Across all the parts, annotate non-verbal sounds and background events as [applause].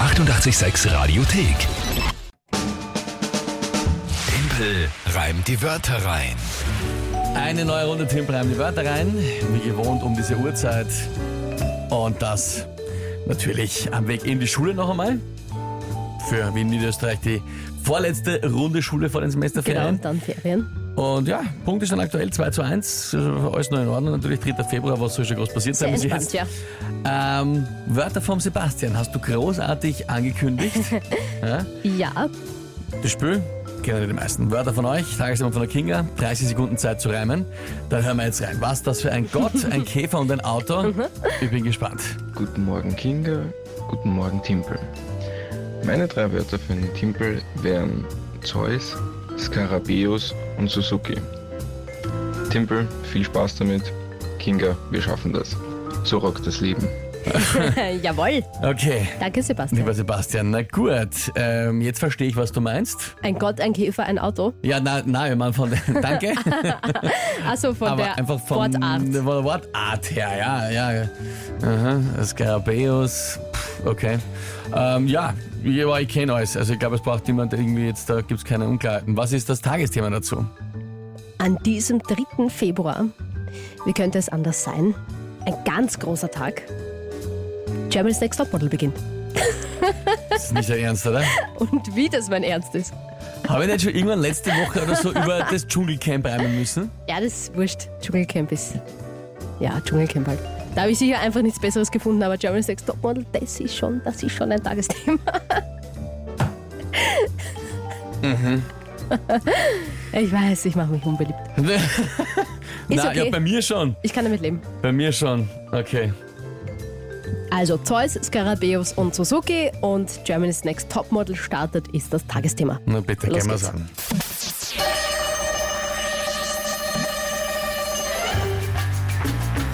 886 Radiothek. Tempel reimt die Wörter rein. Eine neue Runde Tempel haben die Wörter rein, wie gewohnt um diese Uhrzeit. Und das natürlich am Weg in die Schule noch einmal. Für Wien Niederösterreich die vorletzte Runde Schule vor den Genau, Semesterferien. dann Ferien. Und ja, Punkt ist dann aktuell 2 zu 1. Also Alles noch in Ordnung. Natürlich 3. Februar, was soll schon groß passiert Sehr sein bis entspannt, jetzt? ja. Ähm, Wörter vom Sebastian hast du großartig angekündigt. ja, Ja, [laughs] [laughs] das Spiel kennen ja die meisten. Wörter von euch, Tagesthema von der Kinga, 30 Sekunden Zeit zu reimen. Dann hören wir jetzt rein. Was das für ein Gott, [laughs] ein Käfer und ein Auto? Mhm. Ich bin gespannt. Guten Morgen Kinga, guten Morgen Timpel. Meine drei Wörter für den Timpel wären Zeus, Skarabäus und Suzuki. Timpel, viel Spaß damit. Kinga, wir schaffen das. So rockt das Leben. jawohl. Okay, Danke, Sebastian. lieber Sebastian. Na gut, ähm, jetzt verstehe ich, was du meinst. Ein Gott, ein Käfer, ein Auto. Ja, na, na, ich meine von [laughs] der, danke. Also von Aber der einfach vom, Wortart. Von der Wortart her, ja, ja. ja. Aha, Skarabäus, pff, okay. Ähm, ja, ja, aber ich kenne alles. Also ich glaube, es braucht niemand irgendwie jetzt, da gibt es keine Unklarheiten. Was ist das Tagesthema dazu? An diesem 3. Februar, wie könnte es anders sein? Ein ganz großer Tag. Germany's Next Topmodel beginnt. Das ist nicht der Ernst, oder? Und wie das mein Ernst ist. Habe ich nicht schon irgendwann letzte Woche oder so über das Dschungelcamp reimen [laughs] müssen? Ja, das ist wurscht. Dschungelcamp ist. Ja, Dschungelcamp halt. Da habe ich sicher einfach nichts Besseres gefunden, aber Germany's Next Topmodel, das ist schon, das ist schon ein Tagesthema. Mhm. Ich weiß, ich mache mich unbeliebt. Na, okay. ja, bei mir schon. Ich kann damit leben. Bei mir schon. Okay. Also Zeus, Skarabäus und Suzuki und Germany's Next Topmodel startet, ist das Tagesthema. Na bitte, Los gehen wir's geht's. an.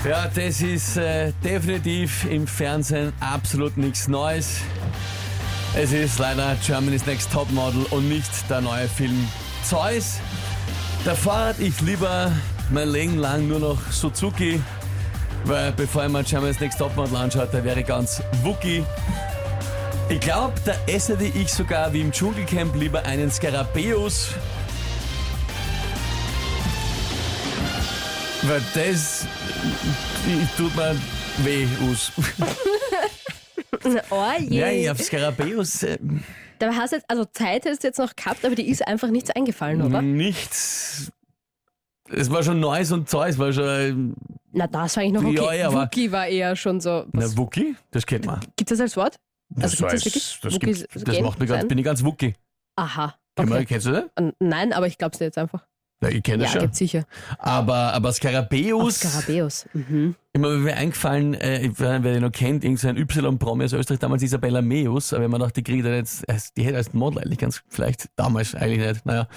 Ja, das ist äh, definitiv im Fernsehen absolut nichts Neues. Es ist leider Germany's Next Topmodel und nicht der neue Film Zeus. Da fahre ich lieber mein Leben lang nur noch Suzuki, weil bevor ich mir Germany's Next Topmodel anschaut, da wäre ich ganz Wookie. Ich glaube, da essete ich sogar wie im Dschungelcamp lieber einen Skarabäus. Weil das die tut mir weh aus. Oh je. Ja, ich auf Skarabäus äh, Da hast du jetzt, also Zeit hast du jetzt noch gehabt, aber die ist einfach nichts eingefallen, oder? nichts. Es war schon Neues und Zeus, war schon. äh, Na, das war eigentlich noch Ja, okay. ja, aber- Wookie war eher schon so. Was, Na, Wookie? Das kennt man. gibt's das als Wort? Also gibt's das wirklich? das, Wookie gibt's, ist- das gehen macht mir ganz, sein? bin ich ganz Wookie. Aha. Okay. Okay. Kennst du das? N- Nein, aber ich glaub's dir jetzt einfach. Ja, ich kenne das ja, schon. gibt's sicher. Aber, aber Oh, Skarabäus. Skarabäus. Mhm. Immer wenn mir eingefallen, äh, ich weiß nicht, wer den noch kennt, irgendein Y-Promi aus Österreich, damals Isabella Meus, aber wenn man dachte, die kriegt er jetzt, äh, die hätte als Model eigentlich ganz, vielleicht damals eigentlich nicht, naja.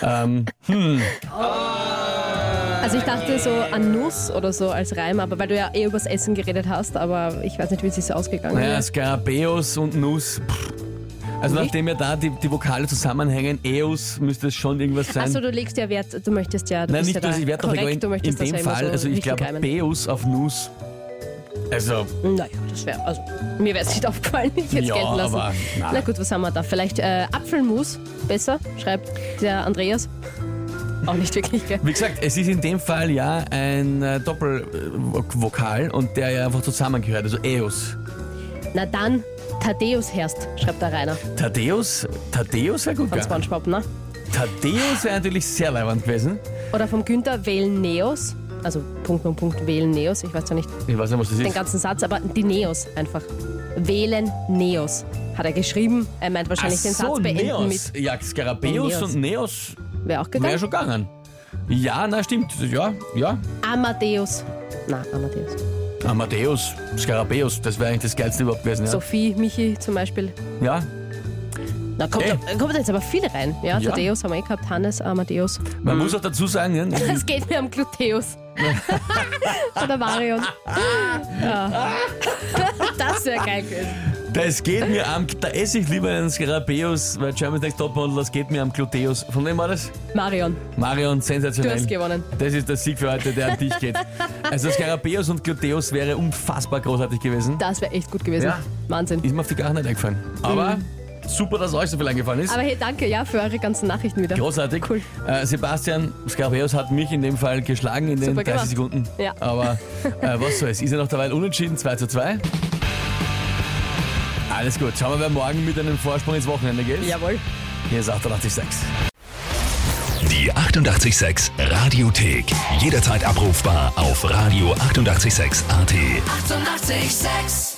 Ähm, hm, Also ich dachte so an Nuss oder so als Reim, aber weil du ja eh übers Essen geredet hast, aber ich weiß nicht, wie es ist ausgegangen naja, ist. Skarabäus und Nuss. pff. Also Nicht? nachdem ja da die, die Vokale zusammenhängen, Eos müsste es schon irgendwas sein. Achso, du legst ja Wert, du möchtest ja, du Nein, bist nicht, ja dass da ich werde doch korrekt, egal, in, du in möchtest dem das ja Fall, immer so also ich richtig glaube reimen. Beus auf Nuss. Also, Naja, das wäre, also mir wäre es nicht aufgefallen, ich hätte es Ja, gelten lassen. aber, na. na. gut, was haben wir da? Vielleicht äh, Apfelmus, besser, schreibt der Andreas. Auch nicht wirklich, gell? Wie gesagt, es ist in dem Fall ja ein äh, Doppelvokal und der ja einfach zusammengehört, also Eos. Na dann, Thaddeus Herst, schreibt der Rainer Thaddeus, Thaddeus wäre gut von gegangen. Spongebob, ne? Thaddeus wäre natürlich sehr leibend gewesen. Oder vom Günther Wählenneos, also Punkt und Punkt Wählenneos, ich weiß ja nicht Ich weiß nicht, was das den ist. ganzen Satz, aber die Neos einfach. Wählenneos hat er geschrieben. Er meint wahrscheinlich den so, Satz beenden Neos. Ja, Skarabäus Neos. und Neos mit. Wäre auch wäre gegangen. schon gegangen. Ja, na stimmt. Ja, ja. Amadeus. Na, Amadeus. Amadeus, Skarabäus, das wäre eigentlich das Geilste überhaupt gewesen. Ja. Sophie, Michi zum Beispiel. ja. Na, kommt, Ey. kommt jetzt aber viel rein. Ja, Ja. Thaddeus haben wir eh gehabt, [laughs] Hannes, Amadeus. Man muss auch dazu sagen, ja, Es geht mir [laughs] am Gluteus. Oder Marion. Ja. [laughs] Das wäre geil gewesen. Das geht mir am, da esse ich lieber einen Skarabäus, weil German Next Topmodel, das geht mir am Gluteus. Von wem war das? Marion, Marion, du sensationell. hast gewonnen. das ist der Sieg für heute, der an dich geht. Also Scarabeus und Gluteus wäre unfassbar großartig gewesen. Das wäre echt gut gewesen. Ja. Wahnsinn. Ist mir auf die gar nicht eingefallen. Mhm. Aber super, dass euch so viel eingefallen ist. Aber hey, danke, ja, für eure ganzen Nachrichten wieder. Großartig. Cool. Äh, Sebastian Scarabeus hat mich in dem Fall geschlagen in den Super 30 gemacht. Sekunden. Ja. Aber äh, was soll's. Ist er noch dabei unentschieden? 2 zu 2. Alles gut. Schauen wir, wer morgen mit einem Vorsprung ins Wochenende geht. Jawohl. Hier ist 886. Die 886 Radiothek. Jederzeit abrufbar auf radio886.at. 886! 886